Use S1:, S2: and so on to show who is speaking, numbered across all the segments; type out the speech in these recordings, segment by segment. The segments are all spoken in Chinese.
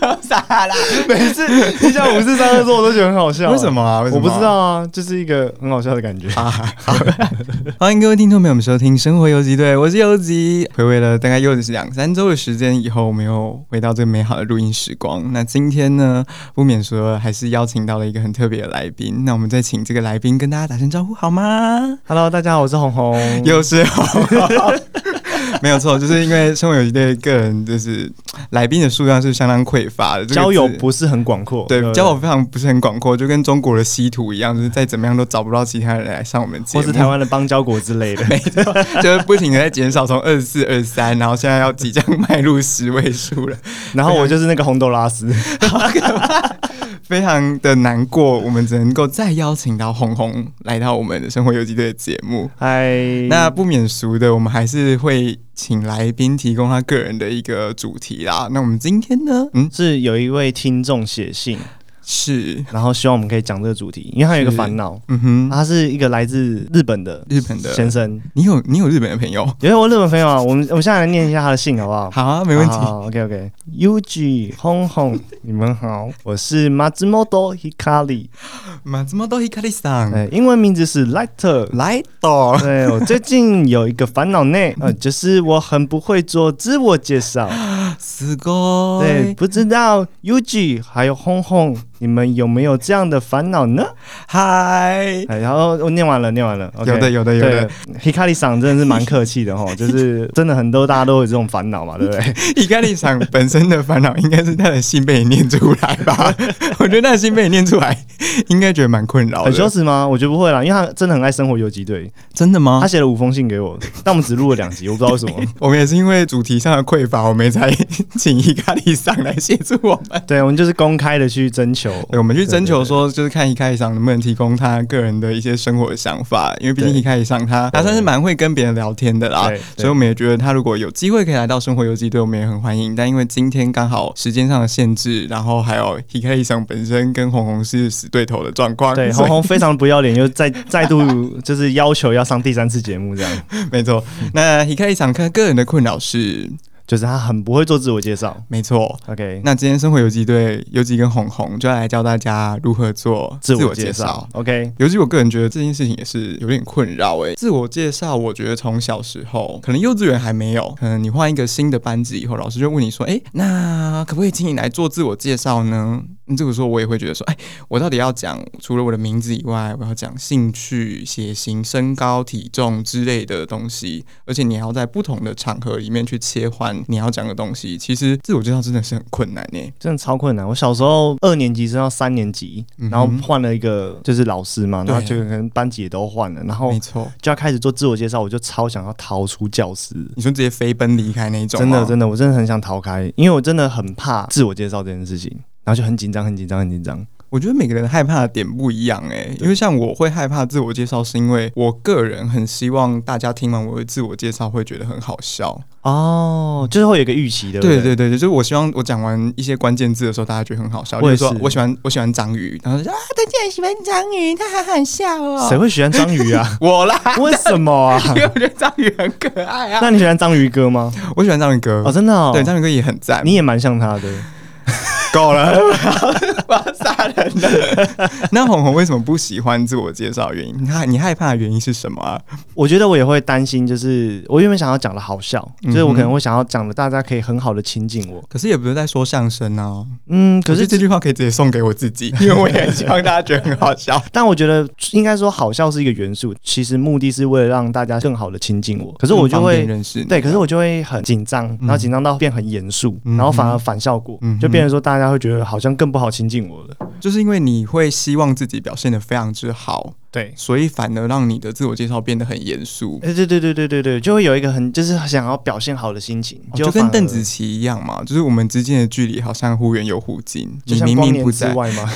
S1: 啦啦！每次你讲五四三二之后，我都觉得很好 笑。
S2: 为什么啊？为什么
S1: 我
S2: 啊
S1: 不知道。啊，就是一个很好笑的感觉。
S2: 欢迎各位听众朋友们收听《生活游击队》，我是游击。回味了大概又是两三周的时间以后，我们又回到这美好的录音时光。那今天呢，不免说还是邀请到了一个很特别的来宾。那我们再请这个来宾跟大家打声招呼好吗？
S1: Hello，大家好，我是红红。
S2: 又是红红 没有错，就是因为生活游击队个人就是来宾的数量是相当匮乏的，这个
S1: 交友
S2: 字
S1: 不是很广阔，
S2: 对
S1: 不
S2: 交友非常不是很广阔，就跟中国的西图一样，就是再怎么样都找不到其他人来上我们节目，
S1: 或是 台湾的邦交国之类 的。
S2: 就是不停的在减少，从二十四、二十三，然后现在要即将迈入十位数了，
S1: 然后我就是那个红豆拉 斯，
S2: 非常的难过。我们只能够再邀请到红红来到我们的生活游击队的节目。
S1: 嗨，
S2: 那不免俗的，我们还是会请来宾提供他个人的一个主题啦。那我们今天呢，嗯，
S1: 是有一位听众写信，
S2: 是，
S1: 然后希望我们可以讲这个主题，因为他有一个
S2: 是
S1: 烦恼，
S2: 嗯哼，
S1: 他是一个来自日本的
S2: 日本的，
S1: 先生，
S2: 你有你有日本的朋友，
S1: 有我日本朋友啊，我们我们现在来念一下他的信好不好？
S2: 好啊，没问题。
S1: OK OK。UG 轰轰，你们好，我是 Matsumoto Hikari，
S2: 马兹莫多伊卡利桑，
S1: 呃，英文名字是 Lighter。
S2: 来到
S1: 对我最近有一个烦恼呢，
S2: 嗯
S1: 呃，就是我很不会做自我介绍。
S2: 哦すご
S1: 对，
S2: い。
S1: 不知道 UG 还有轰轰，你们有没有这样的烦恼呢？
S2: 嗨，
S1: 哎然后我念完了，念完了。OK
S2: 有的有的有
S1: 对
S2: 的，
S1: ，Hikari 桑真的是蛮客气的 哈，就是真的很多大家都有这种烦恼嘛，对不对？
S2: 伊卡利桑本身的烦恼应该是他的信被你念出来 吧？我觉得他的信被你念出来，应该觉得蛮困扰
S1: 很羞
S2: 的。
S1: 耻吗？我觉得不会啦，因为他真的很爱生活游击队，
S2: 真的吗
S1: 他？写了五封信给 我，但我们只录了两集，我不知道为什么。
S2: 啊我们也是因为主题上的匮乏，我们才请伊卡利桑来协助我们。
S1: 对，我们就是公开的去征求，
S2: 对，哎我们去征求说，就是看一开始上能不能提供他个人的一些生活的想法，因为毕竟
S1: 对
S2: 一开始上他他算是蛮会跟别人聊天的啦
S1: 对对，
S2: 所以我们也觉得他如果有机会可以来到生活游击队，我们也很欢迎。但因为今天刚好时间上的限制，然后还有 h i k 上本身跟红红是死对头的状况，
S1: 对，
S2: 所
S1: 红
S2: 以
S1: 红非常不要脸，又再再度 就是要求要上第三次节目，这样
S2: 没错。
S1: 嗯
S2: 那 h i k 上看个人的困扰是，
S1: 就是他很不会做自我介绍。
S2: 没错。
S1: OK，
S2: 那今天生活游击队游击跟红红就要来教大家如何做
S1: 自
S2: 我
S1: 我
S2: 介
S1: 介
S2: 绍
S1: 绍。。OK，
S2: 尤其我个人觉得这件事情也是有点困扰诶、自我介绍，我觉得从小时候，可能幼稚园还没有，可能你换一个新的班级以后，老师就问你说：“诶，那可不可以请你来做自我介绍呢？”嗯这个时候我也会觉得说：“哎，我到底要讲除了我的名字以外，我要讲兴趣、血型、身高、体重之类的东西，而且你还要在不同的场合里面去切换你要讲的东西。其实自我介绍真的是很困难诶、欸
S1: 真的超困难。我小时候二年级升到三年级，
S2: 嗯哼
S1: 然后换了一个就是老师嘛，
S2: 对
S1: 然后就可能班级也都换了，然后
S2: 没错，
S1: 就要开始做自我介绍，我就超想要逃出教室。
S2: 你说直接飞奔离开那一种哦
S1: 真
S2: 吗
S1: 的，真的，我真的很想逃开，因为我真的很怕自我介绍这件事情，然后就很紧张，很紧张，很紧张。
S2: 我觉得每个人害怕的点不一样诶、欸因为像我会害怕自我介绍，是因为我个人很希望大家听完我的自我介绍会觉得很好笑。
S1: 哦，就是会有一个预期，对不
S2: 对
S1: 对
S2: 对对对，就是我希望我讲完一些关键字的时候，大家觉得很好笑。
S1: 我
S2: 例
S1: 也
S2: 如
S1: 是
S2: 说我喜欢我喜欢章鱼，然后就说啊，大家也喜欢章鱼，他哈哈很笑
S1: 谁
S2: 哦。？
S1: 会喜欢章鱼 啊
S2: 我啦，
S1: 为什么啊？
S2: 因为我觉得章鱼很可爱啊。
S1: 那你喜欢章鱼哥吗？
S2: 我喜欢章鱼哥，
S1: 哦，真的哦，
S2: 呃对，章鱼哥也很赞。
S1: 你也蛮像他的。
S2: 够 了，我要杀人了。 那红红为什么不喜欢自我介绍？原因，你害你害怕的原因是什么啊？
S1: 我觉得我也会担心，就是我原本想要讲的好笑，
S2: 嗯哼
S1: 就是我可能会想要讲的，大家可以很好的亲近我。
S2: 可是也不是在说相声啊。
S1: 嗯，可
S2: 可是
S1: 是
S2: 这句话可以直接送给我自 己，因为我也很希望大家觉得很好笑。
S1: 但我觉得应该说好笑是一个元素，其实目的是为了让大家更好的亲近我。可
S2: 可
S1: 是我就会
S2: 认识你
S1: 对，可是我就会很紧张，然后紧张到变很严肃，
S2: 嗯
S1: 然后反而反效果，
S2: 嗯哼
S1: 就变成说大家会觉得好像更不好亲近我了。
S2: 就是因为你会希望自己表现的非常之好，
S1: 对，
S2: 所以反而让你的自我介绍变得很严肃，
S1: 哎，对对对对对对，就会有一个很就是想要表现好的心情，
S2: 哦就
S1: 反
S2: 跟
S1: 而
S2: 邓紫棋一样嘛，就是我们之间的距离好像忽远又忽近，
S1: 就
S2: 你
S1: 像
S2: 明
S1: 光
S2: 明
S1: 年
S2: 不
S1: 之
S2: 在，
S1: 外嘛，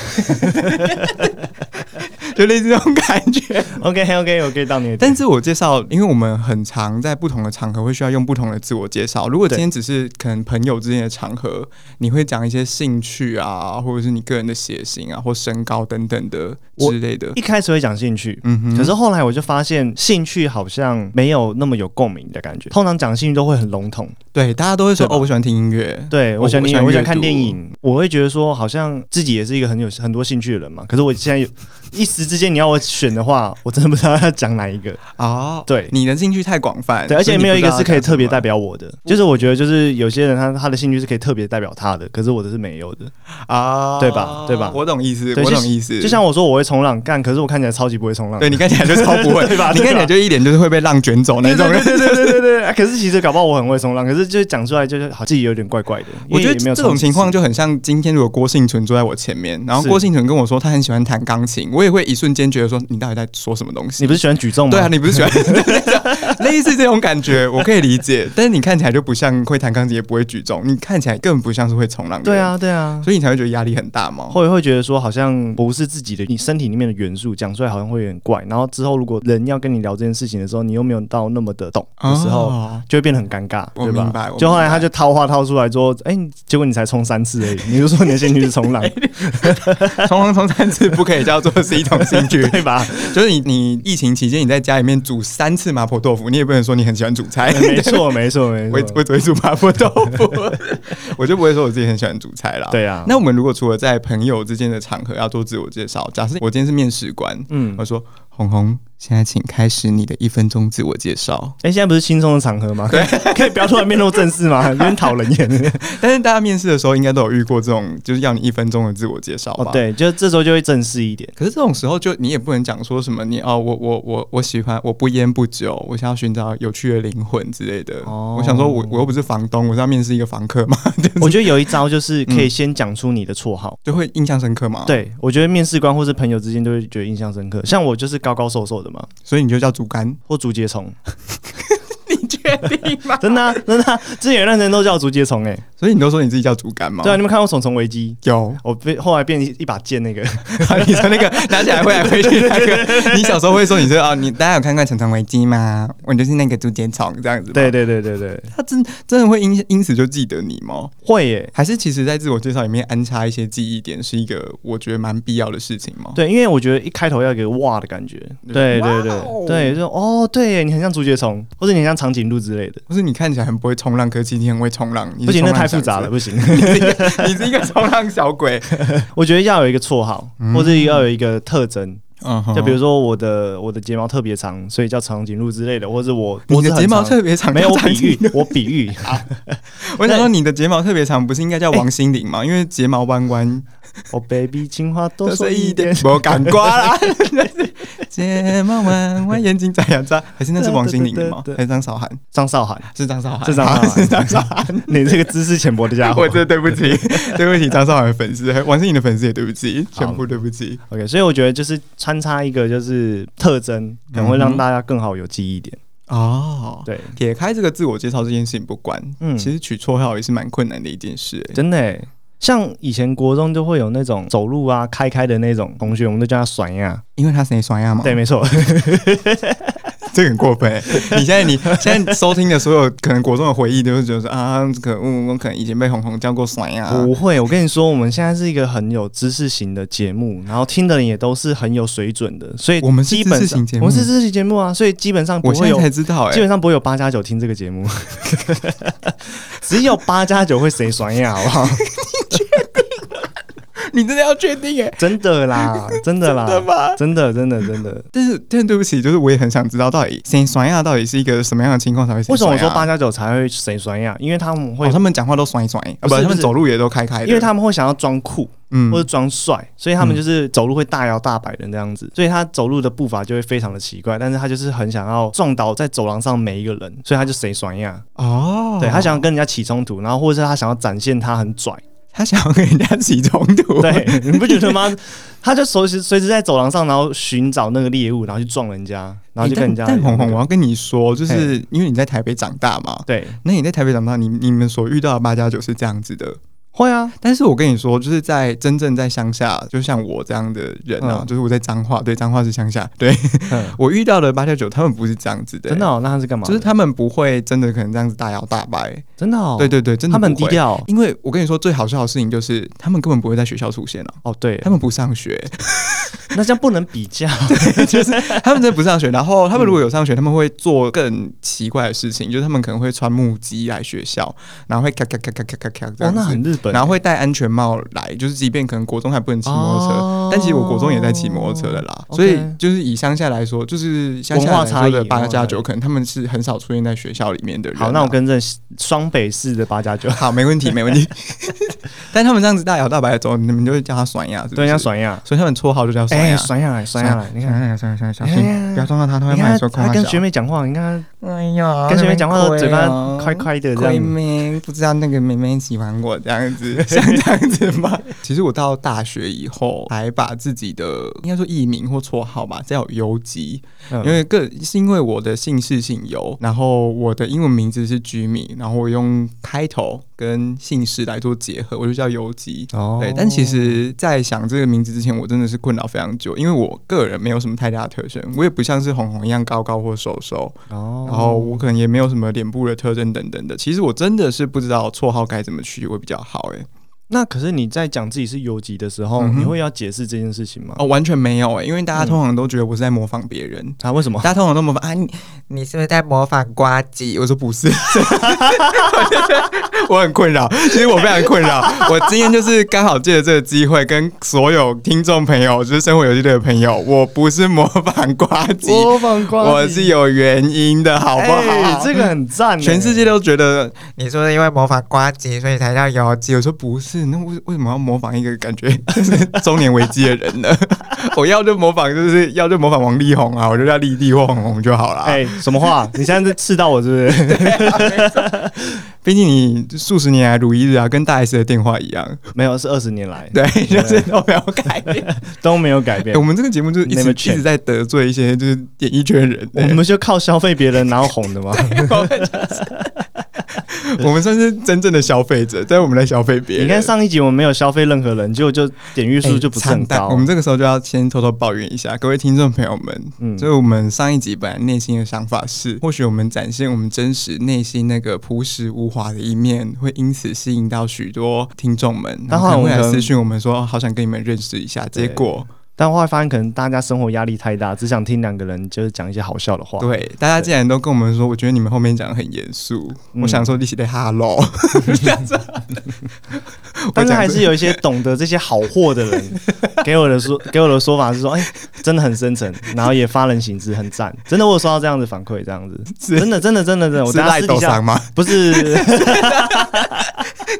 S2: 就类似这种感觉。
S1: OK OK，我 get 到你的
S2: 但
S1: 点。
S2: 自我介绍，因为我们很常在不同的场合会需要用不同的自我介绍。如果今天只是可能朋友之间的场合，你会讲一些兴趣啊，或者是你个人的血型啊，或身高等等的
S1: 我
S2: 之类的。
S1: 一开始会讲兴趣，
S2: 嗯哼，
S1: 可是后来我就发现兴趣好像没有那么有共鸣的感觉。通常讲兴趣都会很笼统，
S2: 对大家都会说
S1: 对吧
S2: 哦，我喜欢听音乐。
S1: 对我
S2: 我
S1: 喜欢
S2: 哦我
S1: 电
S2: 喜
S1: 影，
S2: 欢
S1: 我喜欢
S2: 阅
S1: 看
S2: 读
S1: 电影，我会觉得说好像自己也是一个很有很多兴趣的人嘛。可是我现在有一时之间你要我选的话，我真的不知道要讲哪一个。
S2: 哦，
S1: 对
S2: 你的兴趣太广泛，
S1: 对，而且没有一个是可以特别代
S2: 代
S1: 表我的。就是我觉得，就是有些人他他的兴趣是可以特别代表他的，可是我的是没有的。
S2: 啊，
S1: 对吧对吧
S2: 我懂意思，
S1: 对
S2: 我
S1: 就
S2: 懂意思，
S1: 就像我说我会冲浪，干，可是我看起来超级不会冲浪。
S2: 对你看起来就超不会，
S1: 对吧
S2: 你看起来就一脸就是会被浪卷走那
S1: 对
S2: 种人
S1: 对。对对对 对对。啊可是其实搞不好我很会冲浪，可是就是讲出来就是好自己有点怪怪的。因
S2: 我
S1: 为
S2: 觉得
S1: 也没有
S2: 这种
S1: 冲
S2: 情况
S1: 刺
S2: 就很像今天，如果郭幸存坐在我前面，然后
S1: 是
S2: 郭幸存跟我说他很喜欢弹钢琴，我也会一瞬间觉得说你到底在说什么东 西
S1: 你？不是喜欢举重吗？
S2: 对啊，你不是喜欢 类似这种感觉，我可以理解。但是你看起来就不像会弹钢琴，也不会举重，你看起来更不像是会冲浪的
S1: 对
S2: 人，
S1: 啊对啊。
S2: 所以你才会觉得压力很大嘛。
S1: 会会觉得说好像不是自己的，你身体里面的元素讲出来好像会有点怪。然后之后如果人要跟你聊这件事情的时候，你又没 有到那么的懂的时候，
S2: 哦
S1: 就会变得很尴尬，
S2: 我
S1: 对吧
S2: 明白我
S1: 就后来
S2: 明白
S1: 他就套话套出来说，哎、你结果你才冲三次而已， 你就说你的兴趣 是冲浪，
S2: 冲浪冲三次不可以叫做是一种兴趣，
S1: 对吧？
S2: 就是你你疫情期间你在家里面煮三次麻婆豆腐，你也不能说你很喜欢煮 菜。
S1: 没错，没错，没
S2: 我
S1: 错。
S2: 我只会煮麻婆豆腐， 我就不会说我自己很喜欢煮菜啦。
S1: 对啊，
S2: 那我们如果除了在朋友之间的场合要做自我介绍，假设我今天是面试官，
S1: 嗯，
S2: 我说红红，现在请开始你的一分钟自我介绍。
S1: 哎、现在不是轻松的场合吗？可以 可以不要突然变那么正式 吗？有点讨人厌。
S2: 但是大家面试的时候应该都有遇过这种，就是要你一分钟的自我介绍吧？
S1: 哦，。对，就这时候就会正式一点。
S2: 可是这种时候就你也不能讲说什么你哦，我我我我喜欢我不烟不酒，我想要寻找有趣的灵魂之类的。
S1: 哦
S2: 我想说我我又不是房东，我是要面试一个房客嘛，
S1: 我觉得有一招就是
S2: 嗯
S1: 可以先讲出你的绰号。
S2: 就会印象深刻嘛。，
S1: 对，我觉得面试官或是朋友之间都会觉得印象深刻。像我就是高高瘦瘦的嘛，
S2: 所以你就叫竹竿。
S1: 或竹节虫，
S2: 你确定吗？
S1: 真的啊、真的啊、之前有认真都叫竹节虫哎。
S2: 所以你都说你自己叫竹竿吗？
S1: 对啊，你们看过《虫虫危机》？
S2: 有，
S1: 我被后来变一把剑那个，
S2: 你说那个 拿起来挥来挥去那个， 你小时候会说你说啊，你大家有看过《成长危机》吗？我就是那个竹节虫这样子。，
S1: 对对对对对，
S2: 他真真的会因因此就记得你吗？
S1: 会耶。
S2: 还是其实在自我介绍里面安插一些记忆点，是一个我觉得蛮必要的事情吗？
S1: 对，因为我觉得一开头要有一个哇的感觉，对对
S2: 哇哦
S1: 对对，就哦对耶，你很像竹节虫，或者你很像长颈鹿之类的。
S2: 或是你看起来很不会冲浪，可是其实你很会冲浪，你
S1: 不
S2: 是
S1: 行，
S2: 冲
S1: 那
S2: 浪
S1: 太
S2: 小
S1: 复
S2: 子
S1: 杂了，，不行。
S2: 你是一个 你是一个冲浪小鬼。
S1: 我觉得要有一个绰号，或者要有一个特征，
S2: 嗯哼
S1: 就比如说我的我的睫毛特别长，所以叫长颈鹿之类的，或者我
S2: 你
S1: 脖子
S2: 的
S1: 很
S2: 睫毛
S1: 长
S2: 特别长，
S1: 没有，
S2: 叫
S1: 我
S2: 长
S1: 比
S2: 颈
S1: 喻
S2: 鹿，
S1: 我比喻，
S2: 我想说你的睫毛特别长，不是应该叫王心凌
S1: 哎
S2: 吗？因为睫毛弯弯，
S1: 我 baby 情话多
S2: 多
S1: 说
S2: 说一
S1: 一
S2: 点
S1: 点。，
S2: 我感啊瓜 啦。睫毛弯弯，眼睛眨呀啊眨， 还是那是王心凌的吗
S1: 对？对对对
S2: 还是张韶涵？
S1: 张韶涵，
S2: 是张韶涵，
S1: 是张韶涵
S2: 啊是 张韶涵。
S1: 你这个知识浅薄的家伙
S2: 我。真的对不起，对不起张韶涵的粉丝，还有王心凌的粉丝也对不起，
S1: 好
S2: 全部对不起。
S1: OK，所以我觉得就是穿插一个就是特征，可能会
S2: 嗯
S1: 让
S2: 哼
S1: 大家更好有记忆点。
S2: 哦，
S1: 对，
S2: 撇开这个自我介绍这件事情不管，
S1: 嗯
S2: 其实取绰号也是蛮困难的一件事、欸。
S1: 真的欸。像以前国中就会有那种走路啊开开的那种同学，我们都叫他甩呀。
S2: 因为他是你刷牙嘛，
S1: 对，，没 错，
S2: 这个很过 分、欸。你现在你现在收听的所有可能国中的回忆，都会觉得说啊，可恶，我可能以前被红红叫过刷牙。
S1: 不会。我跟你说，我们现在是一个很有知识型的节目，然后听的人也都是很有水准的，所以
S2: 我们是
S1: 基本
S2: 知识
S1: 上
S2: 型节目
S1: 我们是知识型节目啊，所以基本上不
S2: 我现
S1: 会
S2: 在
S1: 有
S2: 才知道、欸，哎，
S1: 基本上不会有八加九听这个节目， 只有八加九会谁爽呀，好不好？
S2: 你真的要确定哎、
S1: 真的啦，真的 啦，
S2: 真的吗
S1: 真的真的真的。
S2: 啊但是，但对不起，就是我也很想知道，到底先酸亚到底是一个什么样的情况才会先
S1: 为什么我
S2: 酸
S1: 说
S2: 亚
S1: 八？加九才会谁爽呀？因为他们会
S2: 哦，，他们讲话都酸一酸，啊，
S1: 不
S2: 不，
S1: 是
S2: 他
S1: 不
S2: 们
S1: 是
S2: 走路也都开开的，
S1: 因为他们会想要装酷
S2: 嗯
S1: 或者装帅，所以他们就是走路会大摇大摆的那样子，所以他走路的步伐就会非常的奇怪，但是他就是很想要撞倒在走廊上每一个人，所以他就谁爽呀？
S2: 哦，
S1: 对他想要跟人家起冲突，然后或者是他想要展现他很拽。
S2: 他想要跟人家起冲突，哎
S1: 对，你不觉得吗？他就随时随时在走廊上，然后寻找那个猎物，然后去撞人家，然后
S2: 欸
S1: 就跟人家、
S2: 但但红红，我要跟你说，就是因为你在台北长大嘛，
S1: 对，
S2: 那你在台北长大，你你们所遇到的八加九是这样子的。
S1: 会啊，
S2: 但是我跟你说，就是在真正在乡下，就像我这样的人啊，
S1: 嗯
S2: 就是我在彰化，对，彰化是乡下， 对
S1: 嗯
S2: 我遇到的八加九，他们不是这样子的、
S1: 真的、哦？那他是干嘛的？
S2: 就是他们不会真的可能这样子大摇大摆，
S1: 真的哦，
S2: 对对对，真的
S1: 他们很
S2: 不
S1: 低
S2: 会。
S1: 调哦
S2: 因为我跟你说，最好笑的事情就是他们根本不会在学校出现啊，
S1: 哦，对
S2: 他，们不上学，
S1: 那这样不能比较，
S2: 他们真的不上学。然后他们如果有上学，他们会做更奇怪的事情，就是他们可能会穿木屐来学校，然后会咔咔咔咔咔咔咔这
S1: 哦，
S2: 样
S1: 那
S2: 子
S1: 很，日本欸，
S2: 然后会戴安全帽来，就是即便可能国中还不能骑摩托车，
S1: 哦
S2: 但其实我国中也在骑摩托车的啦，
S1: OK
S2: 所以就是以乡下来说，就是乡
S1: 文
S2: 下
S1: 化
S2: 来
S1: 差
S2: 说的
S1: 异
S2: 八
S1: 文化
S2: 加
S1: 差
S2: 九，
S1: 异
S2: 可能他们是很少出现在学校里面的人啊、
S1: 好，那我跟这双北市的八加九，
S2: 好，没问题，没问 题。但他们这样子大摇大摆的走，你们就会叫他甩呀，
S1: 对，人家，甩呀，
S2: 所以他们绰号就叫甩
S1: 哎，
S2: 呀。
S1: 甩下来，甩下来，你看。
S2: 呀，甩呀，小
S1: 你
S2: 心
S1: 看
S2: 不要撞到他，嗯他会
S1: 你
S2: 骂
S1: 看
S2: 你说
S1: 他
S2: 夸
S1: 跟
S2: 小
S1: 学。妹讲话，你看
S2: 哎呀
S1: 他跟学妹讲话
S2: 那边亏
S1: 嘴巴
S2: 哦
S1: 快快的这
S2: 亏
S1: 样，
S2: 妹，不知道那个妹妹喜欢我这样 子，像这样子吗？ 其实我到大学以后，才把自己的应该说艺名或绰号吧，叫游吉，
S1: 嗯
S2: 因为个是因为我的姓氏姓游，然后我的英文名字是 Jimmy，然后我用开头跟姓氏来做结合，我就叫游吉。
S1: 哦
S2: 对，但其实，在想这个名字之前，我真的是困扰非常久，因为我个人没有什么太大的特征，我也不像是红红一样高高或瘦瘦，
S1: 哦，
S2: 然后我可能也没有什么脸部的特征等等的。其实我真的是不知道绰号该怎么取会比较好、欸，
S1: 那可是你在讲自己是游击的时候，
S2: 嗯哼
S1: 你会要解释这件事情吗？
S2: 哦，完全没有、欸，因为大家通常都觉得我是在模仿别人。
S1: 啊，为什么？
S2: 大家通常都模仿啊，你你是不是在模仿瓜吉？我说不是， 我很困扰。其实我非常困扰。我今天就是刚好借着这个机会，跟所有听众朋友，就是生活游戏队的朋友，我不是模仿哦瓜吉，
S1: 放光
S2: 我是有原因的，好不好？
S1: 哎 这个很赞欸，
S2: 全世界都觉得
S3: 你说是因为模仿瓜吉，所以才叫
S2: 我
S3: 有
S2: 姐，我说不是，那为为什么要模仿一个感觉 就是中年危机的人呢？ 我要就模仿，就是要就模仿王力宏啊，我就叫丽丽或红红就好了。哎、
S1: 哎，什么话？你现在是刺到我是不是？
S2: 毕竟你数十年来如一日啊，跟大 S 的电话一样，
S1: 没有，是二十年来
S2: 对，就是都没有改变。
S1: 都没有改变
S2: 哎我。们这个节目就是一直
S1: Never
S2: 一
S1: change
S2: 直在得罪一些就是演艺圈的人、
S1: 我们就靠消费别人然后红 的
S2: 我
S1: 吗？
S2: 们就是我们算是真正的消费者，但我们在消费别人。
S1: 你看上一集我们没有消费任何人，结果就点阅数就不是很
S2: 哎惨淡
S1: 高。
S2: 我们这个时候就要先偷偷抱怨一下，各位听众朋友们，
S1: 嗯
S2: 所以我们上一集本来内心的想法是，或许我们展现我们真实内心那个朴实无华的一面，会因此吸引到许多听众们，然
S1: 但
S2: 后
S1: 后来
S2: 可能
S1: 我
S2: 会
S1: 们
S2: 来私讯我们说，哦好想跟你们认识一下。结
S1: 对
S2: 果，
S1: 但后来发现，可能大家生活压力太大，只想听两个人就是讲一些好笑的话。
S2: 对大家竟然都跟我们说，我觉得你们后面讲得很严肃，
S1: 嗯
S2: 我想说你写的 hello，
S1: 但是还是有一些懂得这些好货的 人，给我的说给我的说法是说，哎、真的很深沉，然后也发人省思，很赞。真的，我有收到这样的反馈，这样子，
S2: 是
S1: 真的，真的，真的，真的，我
S2: 是
S1: 哦大家
S2: 赖
S1: 私
S2: 斗
S1: 底
S2: 上
S1: 下
S2: 吗？
S1: 不是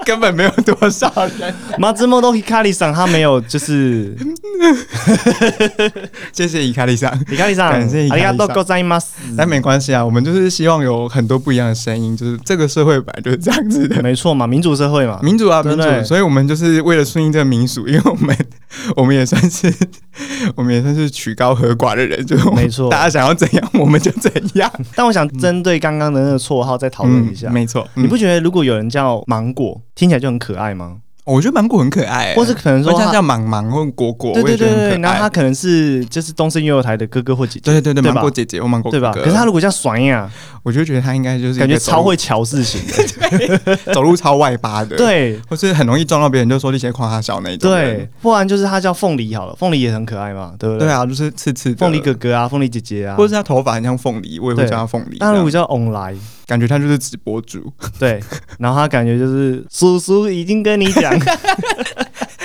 S2: 根本没有多少人。
S1: 马之莫多 Hikari 上，他没有就是
S2: 谢谢伊卡丽桑。
S1: Hikari 上，
S2: 感谢 Hikari-san
S1: ありがとうございます。
S2: 但没关系啊，我们就是希望有很多不一样的声音，就是这个社会本来就是这样 子的。
S1: 没错嘛，民主社会嘛，
S2: 民主啊，
S1: 对
S2: 民
S1: 不
S2: 主，
S1: 对
S2: 所以我们就是为了顺应这个民俗，因为我们我 们也算是 我们也算是曲高和寡的人，就是我们
S1: 没错
S2: 大家想要怎样我们就怎样，
S1: 但我想针对刚刚的那个绰号 再讨论一下。
S2: 嗯没错，
S1: 你不
S2: 嗯
S1: 觉得如果有人叫芒果，听起来就很可爱吗？
S2: 我觉得芒果很可爱欸、
S1: 或是可能说
S2: 像
S1: 他
S2: 叫芒芒或果果，
S1: 对
S2: 我也
S1: 对
S2: 觉
S1: 对
S2: 得很
S1: 对，
S2: 可
S1: 然后
S2: 爱
S1: 他可能是就是东森幼儿台的哥哥或姐姐，
S2: 对对对
S1: 对吧
S2: 芒果姐姐或芒果
S1: 对吧？
S2: 哥
S1: 可
S2: 哥
S1: 是他如果叫爽呀，
S2: 我就觉得他应该就是
S1: 感觉
S2: 一个走
S1: 超
S2: 路
S1: 会瞧事情的，
S2: 走路超外八的，，
S1: 对
S2: 或是很容易撞到别人就说你些夸他小那一种人，
S1: 对，不然就是他叫凤梨好了，凤梨也很可爱嘛，对不
S2: 对
S1: 对？
S2: 啊，就是刺刺的
S1: 凤梨哥哥啊，凤梨姐姐啊
S2: 或，者是他头发很像凤梨，我也会叫他凤梨这
S1: 那如
S2: 样。
S1: 果叫 on 来，
S2: 感觉他就是直播主，
S1: 对，然后他感觉就是叔叔已经跟你讲，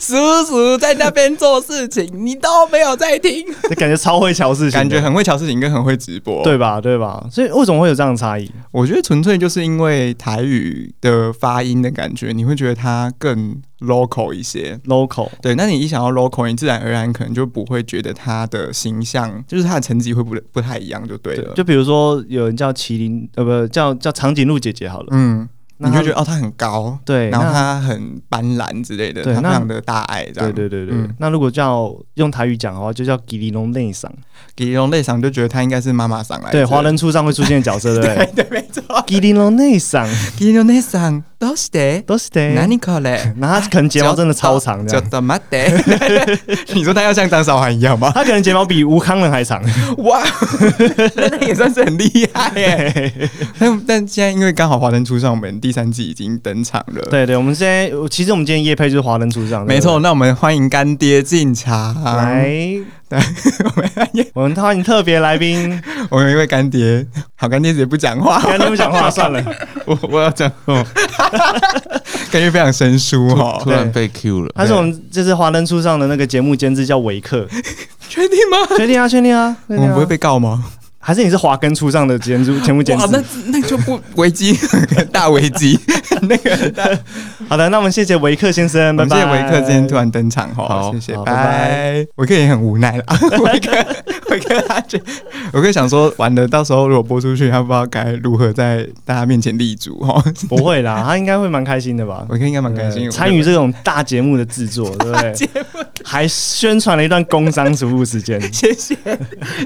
S3: 叔叔在那边做事情，你都没有在听。
S1: 就感觉超会瞧事情 的，
S2: 感觉很会瞧事情，跟很会直播。，
S1: 对吧？对吧？所以为什么会有这样的差异？
S2: 我觉得纯粹就是因为台语的发音的感觉，你会觉得它更 local 一些。
S1: local
S2: 对，那你一想要 local，你自然而然可能就不会觉得它的形象，就是它的成绩会不不太一样，就对啊了。
S1: 就比如说有人叫麒麟，呃，不叫叫长颈鹿姐姐好了，
S2: 嗯，
S1: 那
S2: 你就
S1: 他
S2: 觉得哦，它很高，
S1: 对，
S2: 然后
S1: 那
S2: 它很斑斓之类的，
S1: 对
S2: 它非
S1: 那
S2: 常的大爱这样。
S1: 对对对对，
S2: 嗯
S1: 那如果叫用台语讲的话，就叫吉利龙内桑，
S2: 给龙类上就觉得它应该是妈妈上来。
S1: 对，华人初上会出现的角色，对不对？
S2: 对对没错。
S1: 吉利龙内桑，
S2: 给龙类上，どうして？
S1: 都是的。
S2: 何これ？
S1: 那他可嗯能睫毛真的超长
S2: ちょ
S1: 的
S2: っ，と待って。 你说他要像张韶涵一样 吗？
S1: 他可能睫毛比吴康仁还 长。
S2: 哇，那他也算是很厉害耶。但但现在因为刚好《华灯初上》我们第三季已经登场了，，
S1: 对对，我们现在其实我们今天夜配就是华灯初上，
S2: 没错。啊那我们欢迎干爹进
S1: 对不对。
S2: 场。
S1: 来， 我们欢迎特别来宾，
S2: 我有一位干爹， 好干爹直接不讲 话，
S1: 跟他们讲话算了。
S2: 我我要讲， 哦感觉非常生疏哦
S4: 突。然被 Q 了。
S1: 他是我们这次华灯初上的那个节目监制叫维克，
S2: 确定吗？
S1: 确定啊，确定啊，
S2: 我
S1: 确定啊
S2: 们不会，被告吗？
S1: 还是你是华根初上的 监制节目监
S2: 哇，那
S1: 制？
S2: 那就不危机， 大危机。那个很大，
S1: 好的，那我们谢谢维克先生， 拜
S2: 感
S1: 拜。
S2: 谢维克今天突然登场哦，
S4: 好
S2: 谢谢，
S1: 好
S2: 拜
S1: 拜
S2: 拜。维克也很无奈了， 维克，维克他觉，维克想说，完了，到时候如果播出去，他不知道该如何在大家面前立足哦。
S1: 不会啦，他应该会蛮开心的吧？
S2: 维克 应该蛮开心
S1: 对
S2: 的，
S1: 呃参与这种大节目的制作，对不对？还宣传了一段工商服务时 间。
S2: 谢谢，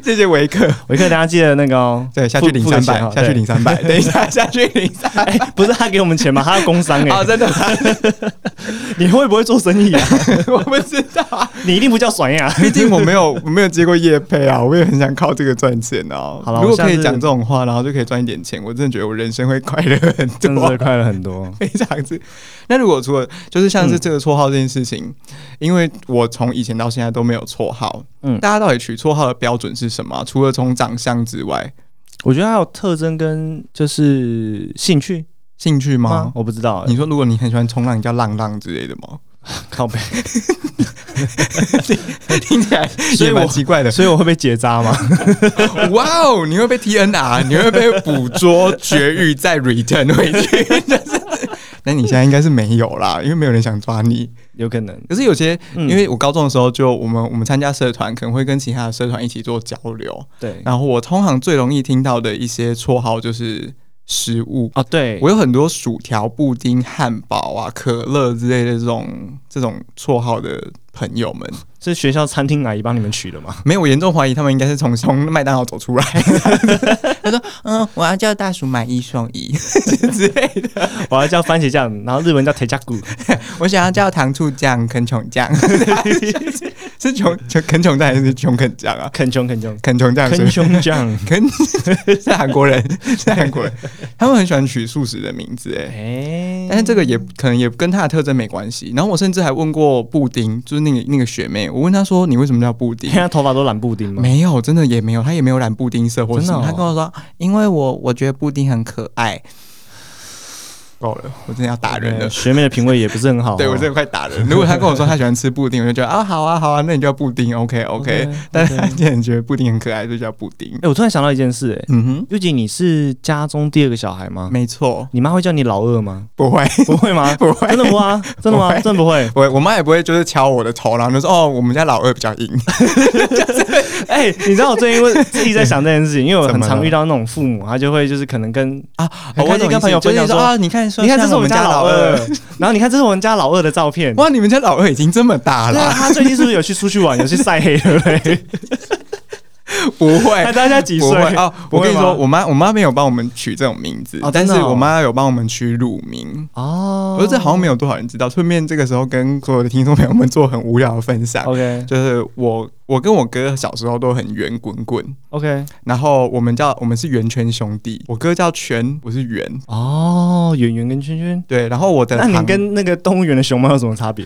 S2: 谢谢维克。
S1: 维克，大家记得那个哦，
S2: 对，下去
S1: 付
S2: 领三百，下去。
S1: 付个钱
S2: 领
S1: 哦
S2: 三 百，等一下下去领三百。
S1: 对哎，不是他给我们钱吗？他要工商
S2: 哦，
S1: 哎，
S2: 真的吗？
S1: 你会不会做生意啊？
S2: 我不知道啊，
S1: 你一定不叫爽呀！
S2: 毕竟我没有我没有接过业配啊，我也很想靠这个赚钱啊。
S1: 好啦
S2: 如果
S1: 我下
S2: 可
S1: 次
S2: 以讲这种话，然后就可以赚一点钱，我真的觉得我人生会快乐很
S1: 真的是
S2: 多。
S1: 快乐很多。
S2: 非常之，那如果除了就是像是这个绰号这件事情，因为我从以前到现在都没有绰号，嗯
S1: 嗯，
S2: 大家到底取绰号的标准是什么啊、除了从长相之外，
S1: 我觉得还有特征跟就是兴趣
S2: 兴趣
S1: 吗
S2: 吗？？
S1: 我不知道
S2: 你
S1: 欸，
S2: 说如果你很喜欢冲浪，你叫浪浪之类的 吗？
S1: 靠背，
S2: 听起来
S1: 所以
S2: 也蛮
S1: 我
S2: 奇怪的。
S1: 所以我会被结 扎吗？
S2: 哇哦，你会被 TNR，你会被捕捉、绝育再 return 回去，就是那你现在应该是没有啦，因为没有人想抓你。
S1: 有可能。
S2: 可是有些，
S1: 嗯
S2: 因为我高中的时候就我们我们参加社团，可能会跟其他的社团一起做交流。
S1: 对，
S2: 然后我通常最容易听到的一些绰号就是食物，
S1: 哦对，
S2: 我有很多薯条、布丁、汉堡啊、可乐之类的这种这种绰号的朋友们。
S1: 是学校餐厅阿姨帮你们取的吗？
S2: 没有，我严重怀疑他们应该是从从麦当劳走出来。 他说：“嗯，我要叫大叔买一送一之类的，
S1: 我要叫番茄酱，然后日文叫铁加 骨。
S2: 我想要叫糖醋酱、啃穷酱， 是穷穷啃穷酱还是穷啃酱啊？
S1: 啃穷啃穷
S2: 啃穷酱是
S1: 啃穷 酱。
S2: 啃是韩国人，是韩国人，他们很喜欢取素食的名字哎。”
S1: 哎
S2: 但是这个也可能也跟他的特征没关系。然后我甚至还问过布丁，就是那个那个学妹，我问她说：“你为什么叫布丁？”
S1: 现在头发都染布丁吗？
S2: 没有，真的也没有，他也没有染布丁色或者
S1: 真
S2: 什
S1: 的
S2: 么。
S1: 哦
S2: 他跟我说，因为我我觉得布丁很可爱。够了，我真的要打人了
S1: 对。学妹的品味也不是很好哦。
S2: 对我真的快打人了。如果他跟我说他喜欢吃布丁，我就觉得啊，好啊，好啊，那你就叫布丁，OK OK。但是他
S1: 哎，
S2: 竟然觉得布丁很可爱，就叫布丁。
S1: 我突然想到一件事，哎，
S2: 嗯
S1: 玉姐，你是家中第二个小孩吗
S2: 哼，？没错，
S1: 你妈会叫你老 二吗？
S2: 不会，
S1: 不会吗？
S2: 不会
S1: 真的不啊？真的
S2: 不
S1: 吗？
S2: 会
S1: 真的不会。
S2: 我我妈也不会就是敲我的头，然后就说哦，我们家老二比较硬。
S1: 哎、 你知道我最 近因为自己在想这件事情，因为我
S2: 怎
S1: 很
S2: 么
S1: 常
S2: 了
S1: 遇到那种父母，他就会就是可能跟
S2: 啊，
S1: 很开心跟朋友分享
S2: 说
S1: 说
S2: 啊，你看，
S1: 你看这
S2: 像
S1: 是我
S2: 我
S1: 们家老二，然后你看这是我们家老二的 照片。
S2: 哇，你们家老二已经这么大
S1: 对啊，
S2: 了，
S1: 他最近是不是有去出去玩，有去晒黑，对不对？
S2: 不会
S1: 哎， 大家几
S2: 不
S1: 岁？
S2: 会哦，我跟你
S1: 不会
S2: 说，
S1: 吗
S2: 我妈我妈没有帮我们取这种名字，
S1: 哦
S2: 但
S1: 真
S2: 是
S1: 的哦
S2: 我妈有帮我们取乳名。
S1: 哦
S2: 我觉得这好像没有多少人知道。顺便这个时候跟所有的听众朋友们做很无聊的分享，
S1: OK
S2: 就是我我跟我哥小时候都很圆滚滚，
S1: OK
S2: 然后我们叫我们是圆圈兄弟，我哥叫圈，我是圆。
S1: 哦，圆圆跟圈圈。
S2: 对，然后我的
S1: 那你
S2: 行
S1: 跟那个动物园的熊猫有什么差别？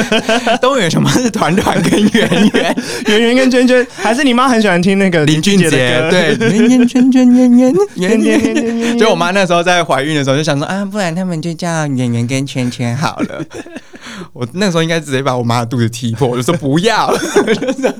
S2: 动物园什么 是团团跟圆圆
S1: 圆圆跟圈圈，还是你妈很喜欢听那个
S2: 林俊杰
S1: 杰的歌？
S2: 对圆圆圈圈圆 圆圆
S1: 天
S2: 圆
S1: 天天天 天，
S2: 就我妈那时候在怀孕的时候就想说啊，
S3: 啊，不然他们就叫演员跟圈圈好了。
S2: 我那时候应该直接把我妈的肚子踢破，我就说不 要，就是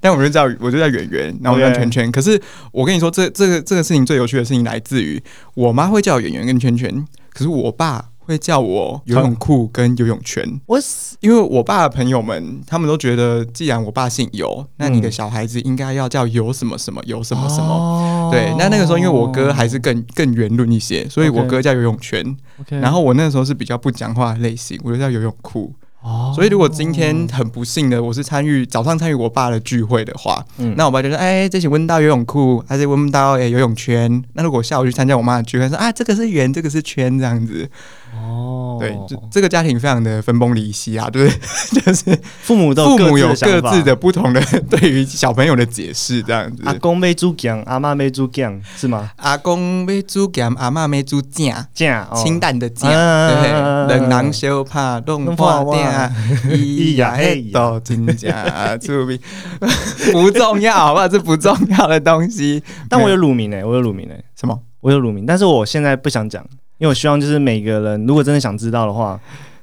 S2: 但我就叫我就叫圆圆，然后我叫
S1: OK
S2: 圈圈。可是我跟你说，这这个这个事情最有趣的事情来自于我妈会叫我圆圆跟圈圈，可是我爸会叫我游泳裤跟游泳圈，
S1: 我死
S2: 因为我爸的朋友们他们都觉得，既然我爸姓游，那你的小孩子应该要叫游什么什么游什么什么。
S1: 么
S2: 对，那那个时候因为我
S1: 哦
S2: 哥还是更更圆润一些，所以我
S1: OK
S2: 哥叫游泳圈
S1: OK，
S2: 然后我那时候是比较不讲话的类型，我就叫游泳裤。
S1: 哦
S2: 所以如果今天很不幸的我是参与早上参与我爸的聚会的话，
S1: 嗯
S2: 那我爸就说：“哎、这是温到游泳裤，还是温到哎、游泳圈？”那如果下午去参加我妈的聚会，说：“啊，这个是圆，这个是圈，这样子。”
S1: 哦，
S2: 对，这这个家庭非常的分崩离析啊，就是 就是
S1: 父母都
S2: 父母
S1: 有
S2: 有
S1: 各自
S2: 各
S1: 的想
S2: 自
S1: 法
S2: 的不同的 对于小朋友的解释，这样子。
S1: 阿公被猪讲，阿妈被猪讲，是吗？
S2: 阿啊公没煮咸，阿嬷没煮酱，
S1: 这样哦，
S2: 清淡的酱，
S1: 啊
S2: 对，冷人小怕弄破店， 咿呀嘿都真假注意， 不重要，好不好？这不重要的东西。
S1: 但我有乳名哎、我有乳名哎、
S2: 什么？
S1: 我有乳名，但是我现在不想讲，因为我希望就是每个人如果真的想知道的话，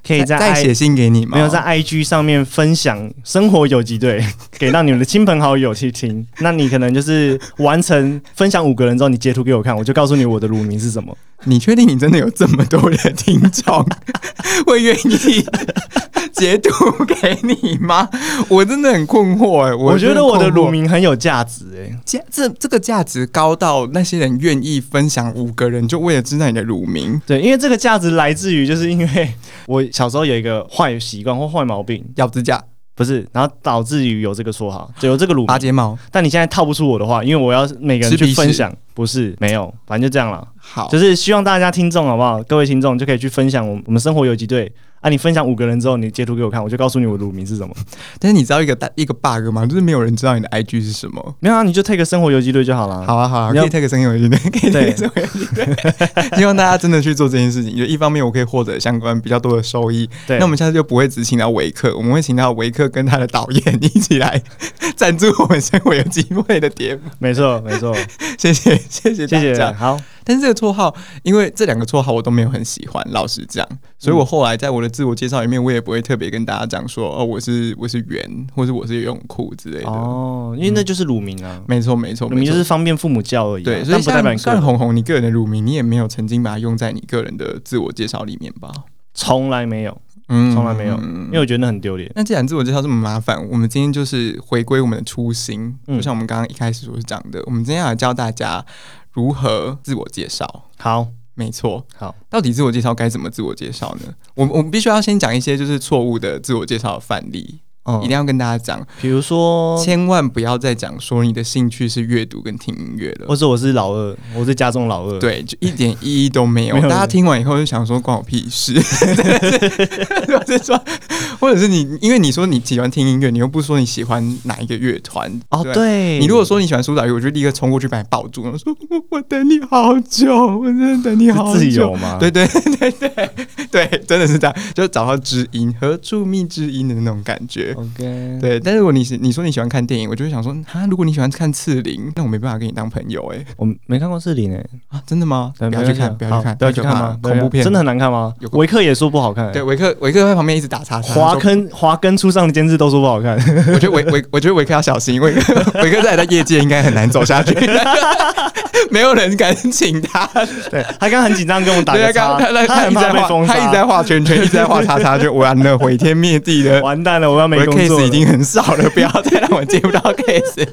S1: 可以在
S2: 再
S1: I-
S2: 写信给你吗？
S1: 没有在 IG 上面分享生活有几对，给到你们的亲朋好友去听。那你可能就是完成分享五个人之后，你截图给我看，我就告诉你我的乳名是什么。
S2: 你确定你真的有这么多的听众 会愿意截图给你吗？我真的很困惑哎、
S1: 我觉得我
S2: 真
S1: 的
S2: 很困惑
S1: 乳名很有价值哎、
S2: 价这这个价值高到那些人愿意分享五个人，就为了知道你的乳名，
S1: 对，因为这个价值来自于，就是因为 我小时候有一个坏习惯或坏毛病，
S2: 咬指甲、
S1: 不是，然后导致于有这个说好，就有这个乳名
S2: 拔。睫毛。
S1: 但你现在套不出我的话，因为我要每个人
S2: 吃鼻
S1: 去分
S2: 屎
S1: 享，不是没有，反正就这样了。
S2: 好，
S1: 就是希望大家听众好不好？各位听众就可以去分享我们我们生活游击队啊，你分享五个人之后，你截图给我看，我就告诉你我的乳名是什么。
S2: 但是你知道一个大一个 bug 吗？就是没有人知道你的 IG 是什么。
S1: 没有啊，你就 take 生活游击队就好了。
S2: 好啊，好啊，
S1: 你要
S2: 可以 take 声音回去， 可以 take
S1: 对
S2: 声音回去。 希望大家真的去做这件事情，就一方面我可以获得相关比较多的收益，
S1: 对，
S2: 那我们下次就不会只请到维克，我们会请到维克跟他的导演一起来赞助我们生活有机会的节目。
S1: 没错没错，
S2: 谢谢，谢谢大
S1: 谢
S2: 家。
S1: 谢。好，
S2: 但是这个绰号，因为这两个绰号我都没有很喜欢，老实讲，所以我后来在我的自我介绍里面，我也不会特别跟大家讲说，哦，我是我是圆，或是我是游泳裤之类的。
S1: 哦，因为那就是乳名啊，
S2: 没错，没错，
S1: 乳名
S2: 没
S1: 就
S2: 错
S1: 是方便父母叫而已啊。
S2: 对，所
S1: 但
S2: 以
S1: 不代表
S2: 像
S1: 你个
S2: 像
S1: 人
S2: 红红你个人的乳名，你也没有曾经把它用在你个人的自我介绍里面吧？
S1: 从来没有，
S2: 嗯
S1: 从来没有
S2: 嗯
S1: 因为我觉得那很丢脸。
S2: 那既然自我介绍这么麻烦，我们今天就是回归我们的初心，
S1: 嗯
S2: 就像我们刚刚一开始所讲的，我们今天要来教大家如何自我介绍。
S1: 好，
S2: 没错，
S1: 好，
S2: 到底自我介绍该怎么自我介绍呢？我我们必须要先讲一些就是错误的自我介绍的范例，
S1: 嗯
S2: 一定，要跟大家讲，
S1: 比如说，
S2: 千万不要再讲说你的兴趣是阅读跟听音乐了
S1: 或。者我是老二，我是家中老二，，
S2: 对，就一点意义都没有。
S1: 没有
S2: 大家听完以后就想说关我屁事， 或者是说，或者是你，因为你说你喜欢听音乐，你又不说你喜欢哪一个乐团
S1: 哦，
S2: 对。
S1: 对，
S2: 你如果说你喜欢苏打绿，我就立刻冲过去把你抱住，我说我我等你好久，我真的等你好
S1: 自己有
S2: 久。
S1: 吗？
S2: 对对对对对，真的是这样，就找到知音，何处觅知音的那种感觉。
S1: 哦，OK，
S2: 对，但如果你喜你说你喜欢看电影，我就会想说，哈，如果你喜欢看《刺陵》，那我没办法跟你当朋友哎、
S1: 我没看过视频诶，
S2: 啊，真的吗？
S1: 对
S2: 不要去看，
S1: 没关系啊
S2: 不要去
S1: 好
S2: 看，太
S1: 不要去看
S2: 可怕
S1: 吗
S2: 了？
S1: 对啊
S2: 恐怖片
S1: 真的很难看吗
S2: 有？个
S1: 维克也说不好看，
S2: 对，维克维克在旁边一直打叉叉，
S1: 华
S2: 说
S1: 根华根出上的监制都说不 好看，
S2: 我觉得维维，我觉得维克要小心，维克维克在他业界应该很难走 下去，没有人敢请他。
S1: 对他刚刚很紧张跟我打
S2: 对
S1: 个
S2: 啊，
S1: 叉
S2: 刚，刚他他
S1: 很
S2: 一直在
S1: 怕被
S2: 画，
S1: 封杀，
S2: 他一直在画圈圈，一直在画叉叉，就完了，毁天灭地的。
S1: 完蛋了，我要
S2: 我
S1: 没
S2: 的
S1: 工作
S2: case
S1: 了
S2: 已经很少了，不要再让我接不到 case。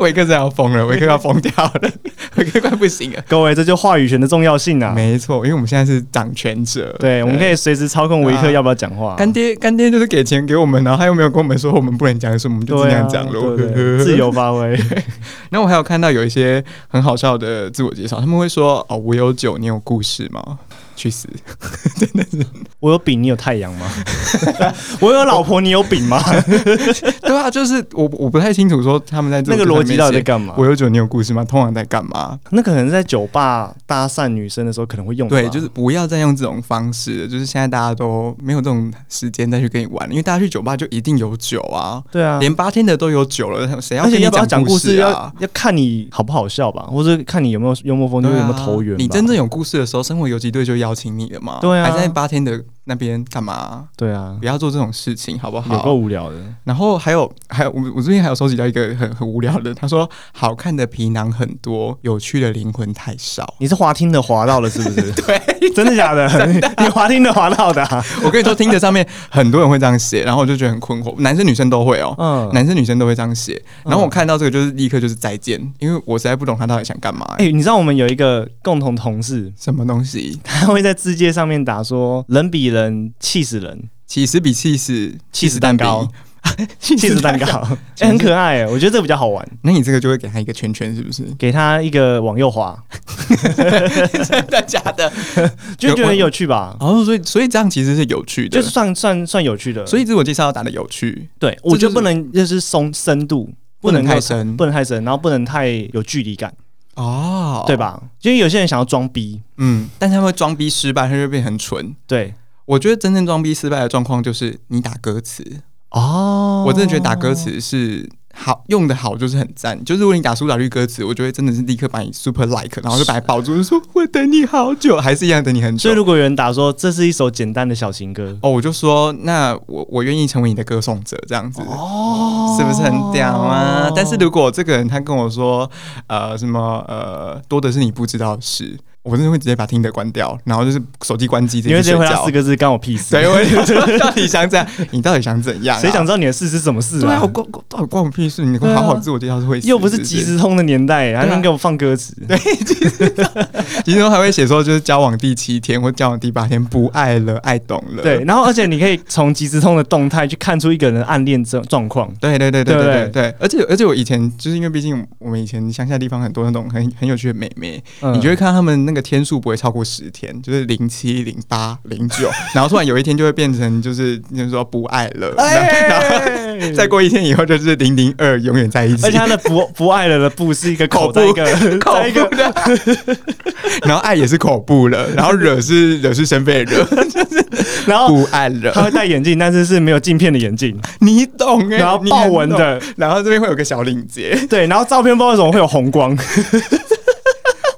S2: 维克真的要疯了，维克要疯掉 了，维克快不行了。
S1: 各位，这就话语权的重要性啊！
S2: 没错，因为我们现在是掌权者，
S1: 对，我们可以随时操控维克
S2: 啊
S1: 要不要讲话，
S2: 干爹，干爹就是给钱给我们，然后他又没有跟我们说我们不能讲什么，我们就尽
S1: 对啊
S2: 量讲了。
S1: 对对 对自由发挥。
S2: 然后我还有看到有一些很好笑的自我介绍，他们会说：“哦，我有酒，你有故事吗？”去死！
S1: 我有饼，你有太阳吗？ 我有老婆，你有饼 吗？
S2: 对啊，就是我我不太清楚说他们在自
S1: 那
S2: 我介绍
S1: 个逻
S2: 里
S1: 辑
S2: 面
S1: 到底在
S2: 写
S1: 干嘛？
S2: 我有酒，你有故事吗？通常在干嘛？
S1: 那可能在酒吧搭讪女生的时候可能会用吧。
S2: 对，就是不要再用这种方式了，就是现在大家都没有这种时间再去跟你玩了，因为大家去酒吧就一定有酒啊，
S1: 对啊。
S2: 连八天的都有酒了，谁要
S1: 而且
S2: 跟
S1: 要不要
S2: 讲
S1: 讲故
S2: 事啊
S1: 要？要看你好不好笑吧，或者看你有没有幽默风度，
S2: 对
S1: 有
S2: 啊
S1: 没有投缘吧。
S2: 你真正有故事的时候，生活游击队就邀请你了嘛。
S1: 对啊
S2: 还在八天的那边干嘛、
S1: 对啊，
S2: 不要做这种事情，好不
S1: 有够
S2: 好？
S1: 无聊的。
S2: 然后还有还有，我我最近还有收集到一个很很无聊的，他说好看的皮囊很多，有趣的灵魂太少。
S1: 你是滑听的滑到了是不是？ 对，真的假的？ 你滑听的滑到的啊、
S2: 我跟你说，听着上面很多人会这样写，然后我就觉得很困惑，男生女生都会哦。
S1: 嗯，
S2: 男生女生都会这样写，然后我看到这个就是立刻就是再见，因为我实在不懂他到底想干嘛、
S1: 哎、你知道我们有一个共同同事，
S2: 什么东西？
S1: 他会在字界上面打说“人比人气死人
S2: 起司比气死，
S1: 气死蛋糕
S2: 比， 气
S1: 气质蛋糕，哎，很可爱哎，我觉得这比较好玩。
S2: 那你这个就会给他一个圈圈，是不 是？
S1: 给他一个往右滑，
S3: 真的假的？
S1: 就觉得很有趣吧？
S2: 哦，所以所以这样其实是有趣的，
S1: 就是算算算有趣的，
S2: 所
S1: 以
S2: 以自我介绍要打的有趣，
S1: 对
S2: 就是
S1: 我觉得不能就是松深度，
S2: 不能
S1: 够
S2: 太深
S1: 不能太深，然后不能太有距离感，
S2: 哦
S1: 对？吧？因为有些人想要装逼，
S2: 嗯，但他们会装逼失败，他就会变很蠢。
S1: 对
S2: 我觉得真正装逼失败的状况就是你打歌词，
S1: 哦
S2: 我真的觉得打歌词是好用的好，就是很赞。就是如果你打苏打绿歌词，我就会真的是立刻把你 super like，然后就把你抱住，就说我等你好久，还是一样等你很
S1: 所以
S2: 久。
S1: 如果有人打说这是一首简单的小情歌，
S2: 哦，我就说那我我愿意成为你的歌颂者，这样子。
S1: 哦
S2: 是不是很屌啊？但是如果这个人他跟我说，呃，什么呃，多的是你不知道的事，我真的会直接把听的关掉，然后就是手机关机，
S1: 你
S2: 接
S1: 会直接
S2: 去
S1: 回
S2: 睡
S1: 答
S2: 觉
S1: 四。个字，干我屁事？
S2: 对，我就 到底想怎样？你到底想怎样、啊？
S1: 谁想知道你的事是什么事
S2: 对啊，
S1: 啊
S2: 我？关到底关我屁事？你给我
S1: 对啊
S2: 好好自我介绍是会死，
S1: 又不是
S2: 不
S1: 即时通的年代，
S2: 啊
S1: 还能给我放歌词？
S2: 其中还会写说，就是交往第七天或交往第八天不爱了，爱懂了。
S1: 对，然后而且你可以从即时通的动态去看出一个人的暗恋状状况。
S2: 对对对对
S1: 对不
S2: 对对
S1: 对
S2: 对，而且而且我以前就是因为毕竟我们以前乡下地方很多那种很很有趣的美眉，
S1: 嗯
S2: 你就会看到他们那个天数不会超过十天，就是零七、零八、零九，然后突然有一天就会变成就是就是说不爱了，然后 然后
S1: 哎
S2: 再过一天以后就是零零二永远在一起
S1: 而且，他的不不爱了的不是一个口
S2: 口
S1: 在一
S2: 部
S1: 个在一个
S2: 的，然后爱也是口部了，然后惹是惹是生非的 惹，
S1: 然后
S2: 不爱
S1: 他
S2: 了，
S1: 会戴眼镜，但是是没有镜片的眼镜，
S2: 你懂哎、
S1: 然后
S2: 你
S1: 豹
S2: 很
S1: 纹
S2: 懂，
S1: 的，
S2: 然后这边会有个小领结，
S1: 对，然后照片不知道为什么会有 红光，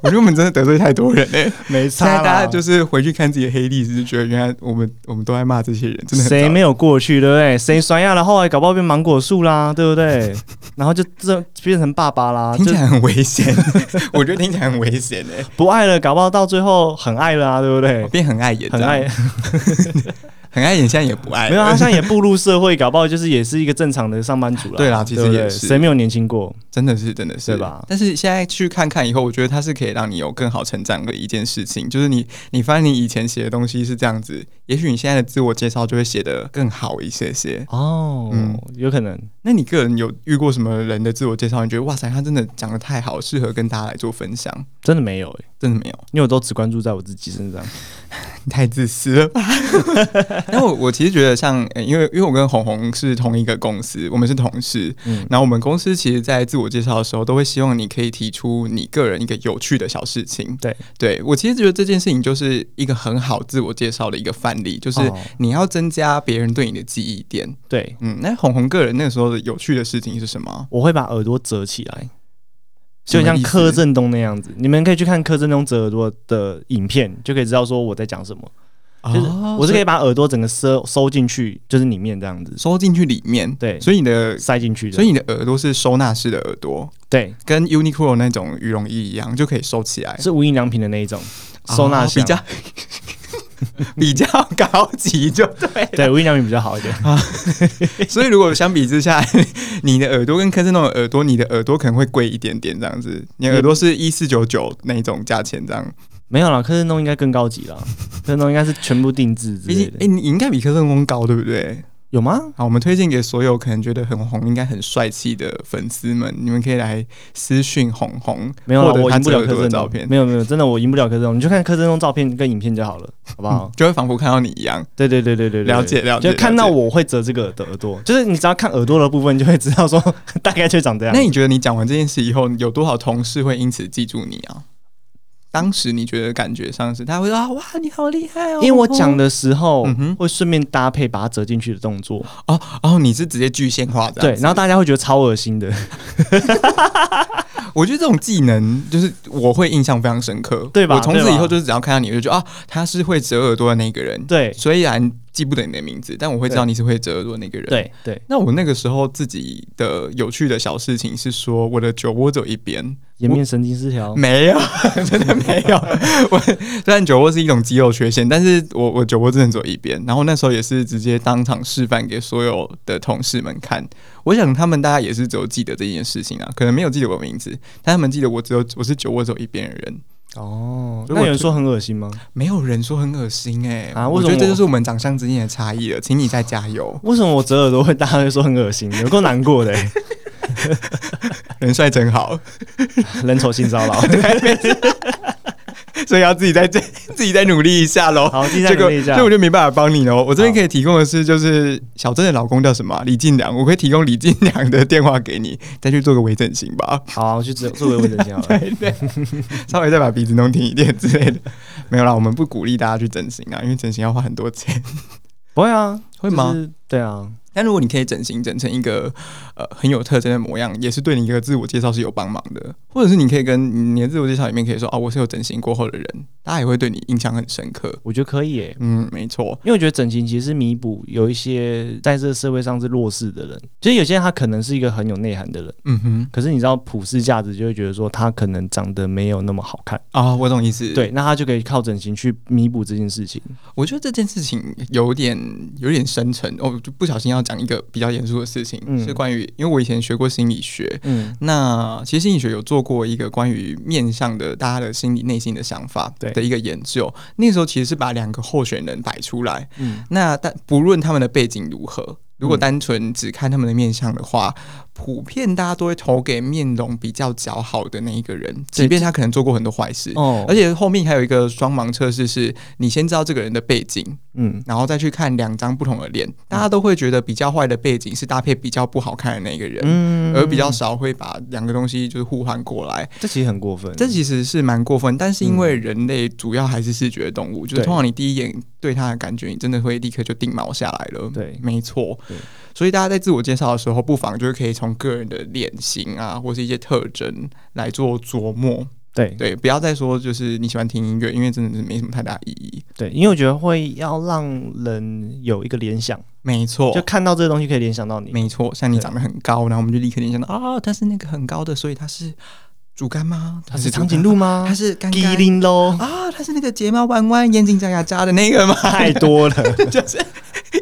S2: 我觉得我们真的得罪太多人哎、
S1: 没。
S2: 现在大家就是是回去看自己的黑历史，就觉得原来我们我们都在骂这些人，真的很
S1: 谁
S2: 糟
S1: 没有过去，对不对？谁摔下了，后来搞不好变芒果树啦，对不 对？然后就这变成爸爸啦，
S2: 听
S1: 就
S2: 起来很危险， 我觉得听起来很危险 哎、
S1: 不爱了，搞不好到最后很爱了啊，对不对
S2: 我？变很爱演，
S1: 很爱，
S2: 很爱演，现在也不爱了，
S1: 没有 啊，现在也步入社会，搞不好就是也是一个正常的上班族了。
S2: 对啦其实
S1: 对不对
S2: 也是
S1: 谁没有年轻过？
S2: 真的是真的是
S1: 对吧
S2: 但是现在去看看以后，我觉得它是可以让你有更好成长的一件事情，就是你你发现你以前写的东西是这样子，也许你现在的自我介绍就会写得更好一些些。
S1: 哦，
S2: 嗯
S1: 有可能。
S2: 那你个人有遇过什么人的自我介绍？你觉得哇塞，他真的讲得太好，适合跟大家来做分享？
S1: 真的没有诶、
S2: 真的没有。
S1: 因为我都只关注在我自己身上。
S2: 你太自私 了吧！但我我其实觉得像，呃因为因为我跟红红是同一个公司，我们是同事，
S1: 嗯
S2: 然后我们公司其实，在自我介绍的时候，都会希望你可以提出你个人一个有趣的小事情。
S1: 对，
S2: 对我其实觉得这件事情就是一个很好自我介绍的一个范例，就是
S1: 哦
S2: 你要增加别人对你的记忆点。
S1: 对，
S2: 嗯，那红红个人那个时候的有趣的事情是什么？
S1: 我会把耳朵折起来，
S2: 什
S1: 就
S2: 么
S1: 像
S2: 意思
S1: 柯震东那样子。你们可以去看柯震东折耳朵的影片，就可以知道说我在讲什么。就是我是可
S2: 可以
S1: 以把耳朵整个收收进去，就是里面这样子
S2: 收进去里面。
S1: 对
S2: 所以你的
S1: 塞进去的。
S2: 所以你的耳朵是收纳式的耳朵，
S1: 对，
S2: 跟 Uniqlo 那种羽绒衣一样，就可以收起来。
S1: 是无印良品的那一种收纳
S2: 哦比
S1: 箱。
S2: 较比较 高级 就对。
S1: 对，无印良品比较好一点。
S2: 所以如果相比之下， 你的耳朵跟柯震东的耳朵，你的耳朵可能会贵一点点这样子。你的耳朵是一四九九那一种价钱这样。
S1: 没有啦，柯震东应该更高级 啦。柯震东应该是全部定制之
S2: 毕竟
S1: 类，
S2: 哎、
S1: 的，
S2: 你应该比柯震东高，对不对？
S1: 有吗？
S2: 好，我们推荐给所有可能觉得很红、应该很帅气的粉丝们，你们可以来私讯红红，
S1: 没有啦，
S2: 获得
S1: 我
S2: 他
S1: 赢不
S2: 自己
S1: 了
S2: 耳
S1: 柯
S2: 朵的
S1: 震
S2: 照
S1: 东
S2: 片。，
S1: 没有没有，真的我赢不了柯震东。你就看柯震东照片跟影片就 好了，好不好？
S2: 就会仿佛看到你一样。
S1: 对对对对对，对
S2: 了解了解
S1: 就看到
S2: 了解
S1: 我会折这个的耳朵，就是你只要看耳朵的部分，就会知道说大概就长这样
S2: 那。你觉得你讲完这件事以后，有多少同事会因此记住你啊？当时你觉得感觉上是他会说啊，哇，你好厉害哦！
S1: 因为我讲的时候
S2: 嗯哼
S1: 会顺便搭配把它折进去的动作，
S2: 哦哦，你是直接具现化的。
S1: 对，然后大家会觉得超恶心的，
S2: 我觉得这种技能就是我会印象非常深刻，
S1: 对吧
S2: 我从此
S1: 对吧
S2: 以后就是只要看到你，我就觉得啊，他是会折耳朵的那个人。，
S1: 对
S2: 虽然记不得你的名字，但我会知道你是会折耳朵的那个人。。
S1: 对对，
S2: 那我那个时候自己的有趣的小事情是说，我的酒窝只有一边，
S1: 颜面神经失调，
S2: 没有， 真的没有。我虽然酒窝是一种肌肉缺陷，但是我我酒窝真的只有一边。然后那时候也是直接当场示范给所有的同事们看。我想他们大家也是只有记得这件事情啊，可能没有记得我名字，但他们记得我只有我是酒窝只有一边的人。
S1: 哦，
S2: 所以
S1: 那
S2: 我
S1: 有人说很恶心吗？
S2: 没有人说很恶心哎、
S1: 啊
S2: 我
S1: 为什
S2: 觉
S1: 么，
S2: 得这就是我们长相之间的差异了，请你再加油
S1: 为什么我折耳朵会大家会说很恶心？有够难过的、欸，
S2: 人帅真好，
S1: 人丑性骚扰。
S2: 所以要自己再 自己再努力一下喽。
S1: 好，继续
S2: 这
S1: 再
S2: 个
S1: 努力一，
S2: 所
S1: 下
S2: 以。我就没办法帮你喽。我这边可以提供的是，就是小珍的老公叫什么啊、李进良，我可以提供李进良的电话给你，再去做个微整形 吧，
S1: 好啊，我去做做个微整形好了。
S2: 稍微再把鼻子弄挺一点之类的。没有啦，我们不鼓励大家去整形啊，因为整形要花很多钱。
S1: 不会啊，
S2: 会吗
S1: 就是？对啊，
S2: 但如果你可以整形整成一个呃很有特征的模样，也是对你一个自我介绍是有帮忙的。或者是你可以跟你的自我介绍里面可以说啊，我是有整形过后的人，大家也会对你印象很深刻。
S1: 我觉得可以诶、
S2: 嗯，没错，
S1: 因为我觉得整形其实是弥补有一些在这个社会上是弱势的人，就是有些人他可能是一个很有内涵的人，
S2: 嗯哼，
S1: 可是你知道普世价值就会觉得说他可能长得没有那么好看，
S2: 啊、我懂意思。
S1: 对，那他就可以靠整形去弥补这件事情。
S2: 我觉得这件事情有点有点深沉，哦，就不小心要讲一个比较严肃的事情，
S1: 嗯
S2: 是关于因为我以前学过心理学。
S1: 嗯，
S2: 那其实心理学有做过一个关于面向的大家的心理内心的想法
S1: 对
S2: 的一个研究，那时候其实是把两个候选人摆出来，
S1: 嗯
S2: 那但不论他们的背景如何，如果单纯只看他们的面相的话，普遍大家都会投给面容比较姣好的那一个人，即便他可能做过很多坏事。
S1: 哦
S2: 而，且后面还有一个双盲测试，是你先知道这个人的背景，
S1: 嗯
S2: 然后再去看两张不同的脸，大家都会觉得比较坏的背景是搭配比较不好看的那个人，
S1: 嗯
S2: 而比较少会把两个东西就是互换过来。
S1: 这其实很过分，
S2: 这其实是蛮过分，但是因为人类主要还是视觉动物，就是
S1: 对
S2: 通常你第一眼对它的感觉，你真的会立刻就定锚下来了。
S1: 对
S2: 没错
S1: 对。
S2: 所以大家在自我介绍的时候，不妨就是可以从个人的脸型啊，或是一些特征来做琢磨。
S1: 对
S2: 对，不要再说就是你喜欢听音乐，因为真的是没什么太大意义。
S1: 对，因为我觉得会要让人有一个联想，
S2: 没错
S1: 就，看到这个东西可以联想到你。
S2: 没错。像你
S1: 对
S2: 长得很高，然后我们就立刻联想到啊，他是那个很高的，所以他是竹竿吗？
S1: 他是长颈，鹿吗？
S2: 他是干
S1: 麒
S2: 干
S1: 麟喽？
S2: 啊，他是那个睫毛弯弯、眼睛眨呀眨的那个吗？
S1: 太多了。
S2: 就是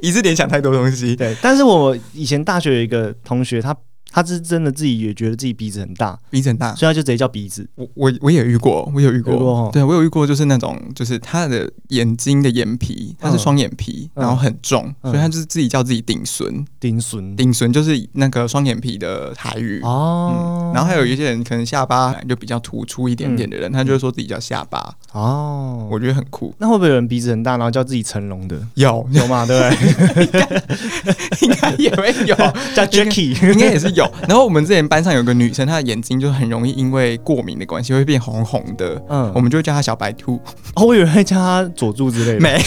S2: 一次联想太多东西。
S1: 对，但是我以前大学有一个同学，他他是真的自己也觉得自己鼻子很大，
S2: 鼻子很大，
S1: 所以他就直接叫鼻子。
S2: 我我我也遇过，我有遇过，
S1: 遇过哦
S2: 对我有遇过，就是那种就是他的眼睛的眼皮，他是双眼皮，
S1: 嗯
S2: 然后很重，
S1: 嗯
S2: 所以他就是自己叫自己顶孙，
S1: 丁孙
S2: 顶孙就是那个双眼皮的台语。
S1: 哦、嗯
S2: 然后还有一些人可能下巴就比较突出一点点的人，他就会说自己叫下巴，
S1: 哦，
S2: 我觉得很酷。
S1: 那会不会有人鼻子很大，然后叫自己成龙的？
S2: 有
S1: 有嘛？对不
S2: 应该也会有，
S1: 对？叫 Jacky
S2: 应该也是有。然后我们之前班上有个女生，她的眼睛就很容易因为过敏的关系会变红红的，
S1: 嗯，
S2: 我们就会叫她小白兔。
S1: 哦，我以为会叫他佐助之类的，
S2: 没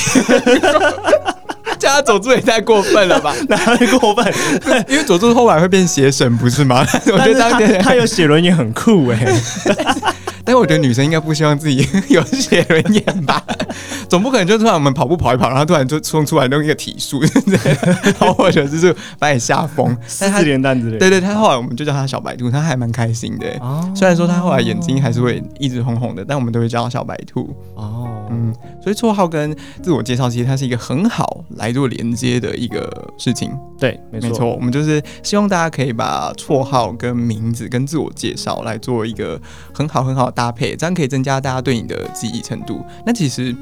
S2: 叫他佐助也太过分了吧？
S1: 哪里过分？
S2: 因为佐助后来会变邪神，不是吗？ 我觉
S1: 但
S2: 得
S1: 是
S2: 这样
S1: 他
S2: 有点，
S1: 他有写轮眼很 酷哎、
S2: 但我觉得女生应该不希望自己 有血人眼吧？总不可能就突然我们跑步跑一跑，然后突然就冲出来弄一个体术， 然后或者就是把你吓疯。
S1: 四
S2: 但他
S1: 字连弹之类的。
S2: 对对，他后来我们就叫他小白兔，他还蛮开心的。
S1: 哦
S2: 虽然说他后来眼睛还是会一直红红的，但我们都会叫他小白兔。
S1: 哦，
S2: 嗯，所以绰号跟自我介绍其实它是一个很好来做连接的一个事情。
S1: 对，没
S2: 没错，我们就是希望大家可以把绰号、跟名字、跟自我介绍来做一个很好很好的搭配，这样可以增加大家对你的记忆程度。那其实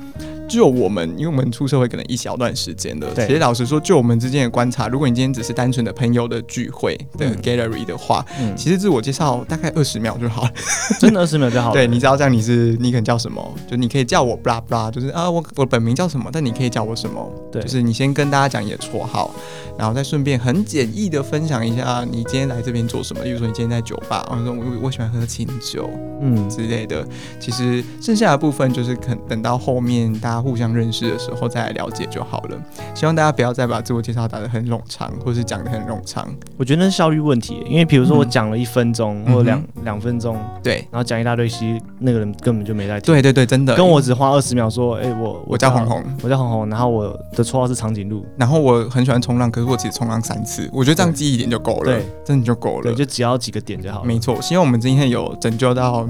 S2: 就我们，因为我们出社会可能一小段时间了，
S1: 对
S2: 其实老实说，就我们之间的观察，如果你今天只是单纯的朋友的聚会的
S1: 嗯
S2: gallery 的话，
S1: 嗯，
S2: 其实自我介绍大概二十秒就好了。
S1: 真的二十秒就好了。
S2: 对，你知道这样你是你可能叫什么，就你可以叫我 blah blah，就是啊我我本名叫什么，但你可以叫我什么。
S1: 对，
S2: 就是你先跟大家讲你的绰号，然后再顺便很简易的分享一下你今天来这边做什么。例如说你今天在酒吧，然后说我我我喜欢喝清酒
S1: 嗯，
S2: 之类的。其实剩下的部分就是可等到后面大家互相认识的时候再来了解就好了。希望大家不要再把自我介绍打得很冗长，或是讲得很冗长。
S1: 我觉得那是效率问题，因为比如说我
S2: 嗯
S1: 讲了一分钟或者两两分钟，
S2: 对，
S1: 然后讲一大堆，其实那个人根本就没在听。
S2: 对对对，真的。
S1: 跟我只花二十秒说，哎、我
S2: 我叫红，红，
S1: 我叫红红，然后我的绰号是长颈鹿，
S2: 然后我很喜欢冲浪，可是我只冲浪三次，我觉得这样记忆点就够了
S1: 对，
S2: 真的就够了
S1: 对，。就只要几个点就好了
S2: 没。错，希望我们今天有拯救到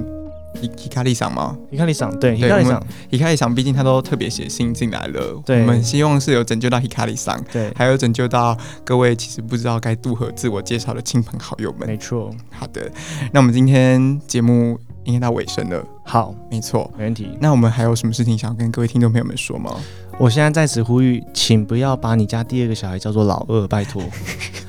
S2: Hikari 桑吗？
S1: 你看你想，对，你
S2: 对
S1: 看你
S2: 我们
S1: 想，
S2: h 卡 k 桑毕竟他都特别写信进来了，
S1: 对
S2: 我们希望是有拯救到 h 卡 k 桑，
S1: 对，
S2: 还有拯救到各位其实不知道该如何自我介绍的亲朋好友们。
S1: 没错。
S2: 好的，那我们今天节目应该到尾声了，
S1: 好，
S2: 没错。
S1: 没问题。
S2: 那我们还有什么事情想要跟各位听众朋友们说 吗？
S1: 我现在在此呼吁，请不要把你家第二个小孩叫做老二，拜托。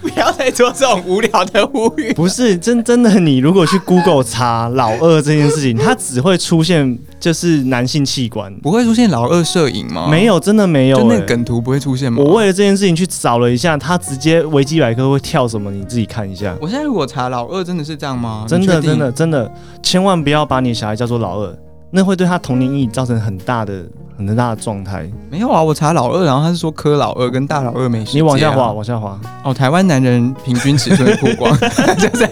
S2: 不要再做这种无聊的呼吁。
S1: 不是真真的，你如果去 Google 查老二这件事情，它只会出现就是男性 器官，
S2: 不会出现老二摄影吗？
S1: 没
S2: 有，
S1: 有，真的没有、
S2: 哦就那
S1: 欸
S2: 个。梗图不会出现吗？
S1: 我为了这件事情去找了一下，它直接维基百科会跳什么，你自己看一下。
S2: 我现在如果查老二，真的是这样吗？
S1: 真的，
S2: 哦你确定
S1: 真的，，真的，千万不要把你小孩叫做老二，那会对他童年阴影造成很大的、很大的状态。
S2: 没有啊！我查老二，然后他是说柯老二跟大老二没时间啊、
S1: 你往下滑，往下滑。
S2: 哦，台湾男人平均尺寸曝光， 就是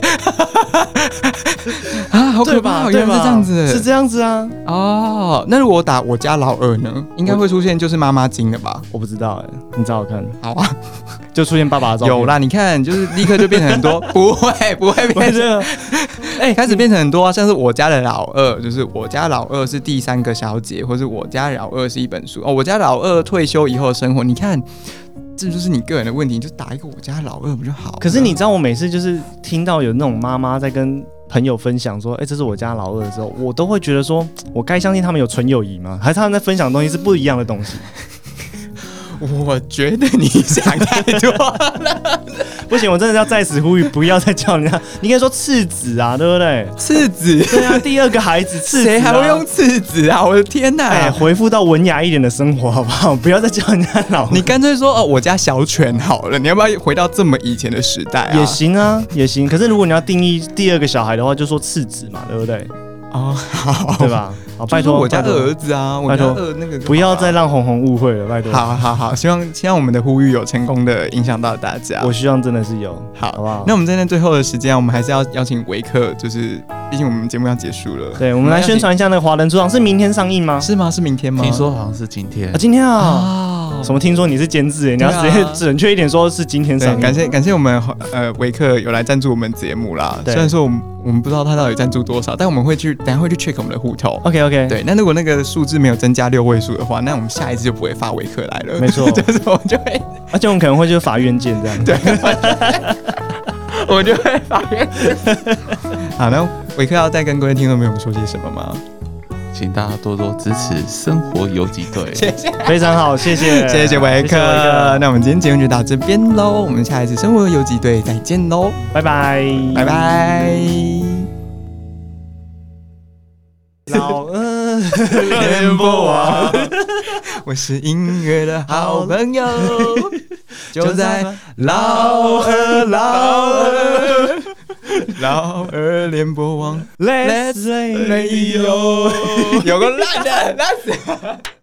S2: 啊，好可怕哦！
S1: 对
S2: 原来
S1: 吧？
S2: 是这样子，
S1: 是这样子啊？
S2: 哦。那如果我打我家老二呢，应该会出现就是妈妈经的吧？
S1: 我不知道哎、你找我看，
S2: 好啊，
S1: 就出现爸爸的照片。
S2: 有，啦，你看，就是立刻就变成很 多，不会不会
S1: 我
S2: 变成。
S1: 觉得，
S2: 哎、开始变成很多啊，像是我家的老二，就是我家老二是第三个小姐，或是我家老二是一本书哦，我家老二退休以后的生活，你看，这就是你个人的问题，你就打一个我家老二不就好了？
S1: 可是你知道，我每次就是听到有那种妈妈在跟朋友分享说：“哎、这是我家老二”的时候，我都会觉得说，我该相信他们有纯友谊吗？还是他们在分享的东西是不一样的东西？
S2: 我觉得你想太多了。
S1: 不行，我真的要再次呼吁，不要再叫人家，你应该说次子啊，对不对？
S2: 次子，
S1: 对啊，第二个孩子，次子、啊，
S2: 谁还会用？次子啊？我的天哪！
S1: 哎，回复到文雅一点的生活好不好？不要再叫人家老
S2: 你干脆说哦，我家小犬好了。你要不要回到这么以前的时代 啊？
S1: 也行啊，也行。可是如果你要定义第二个小孩的话，就说次子嘛，对不对？
S2: 哦，好，
S1: 对？吧？好，拜托，
S2: 我家
S1: 拜
S2: 的
S1: 托
S2: 儿子啊，我
S1: 拜
S2: 家
S1: 托
S2: 二那个
S1: 不要再。让红红误会了，拜托。
S2: 好好好，希望希望我们的呼吁有成功的影响到大家。
S1: 我希望真的是有，
S2: 好
S1: 好不好？
S2: 那我们在那最后的时间啊，我们还是要邀请维克，就是毕竟我们节目要结束了。
S1: 对，我们来宣传一下那个《华人出场》是明天上映吗
S2: 要请。？是吗？是明天吗？
S4: 听说好像是今天
S2: 哎
S1: 啊，。今天啊，
S2: 啊
S1: 什么？听说你是监制欸，你要直
S2: 对
S1: 接
S2: 啊
S1: 准确一点说，是今天上
S2: 对，
S1: 映。
S2: 感谢感谢我们呃维克有来赞助我们节目啦。
S1: 对
S2: 虽然说我们我们不知道他到底赞助多少，但我们会去等下会去 check 我们的户头。
S1: OK OK，，
S2: 对，那如果那个数字没有增加六位数的话，那我们下一次就不会发维克来了。
S1: 没 错
S2: 就是我们就会
S1: 而且我们可能会就是法院见这样。对，
S2: 我就会发维克。好，那维克要再跟各位听众朋友们说些什么吗？
S4: 请大家多多支持生活游击队。
S2: 谢谢。
S1: 非常好，谢 谢，
S2: 谢谢维
S1: 维
S2: 克。
S1: 克
S2: 那我们今天节目就到这边喽，我们下一次生活游击队再见喽，
S1: 拜拜，
S2: 拜。拜。
S1: 老 二
S2: 联播网， 我是音乐的好朋 友，就在老二老二老二联播网。哎
S1: ，Let's
S2: 没
S1: play。
S2: 有，有个烂的，烂死。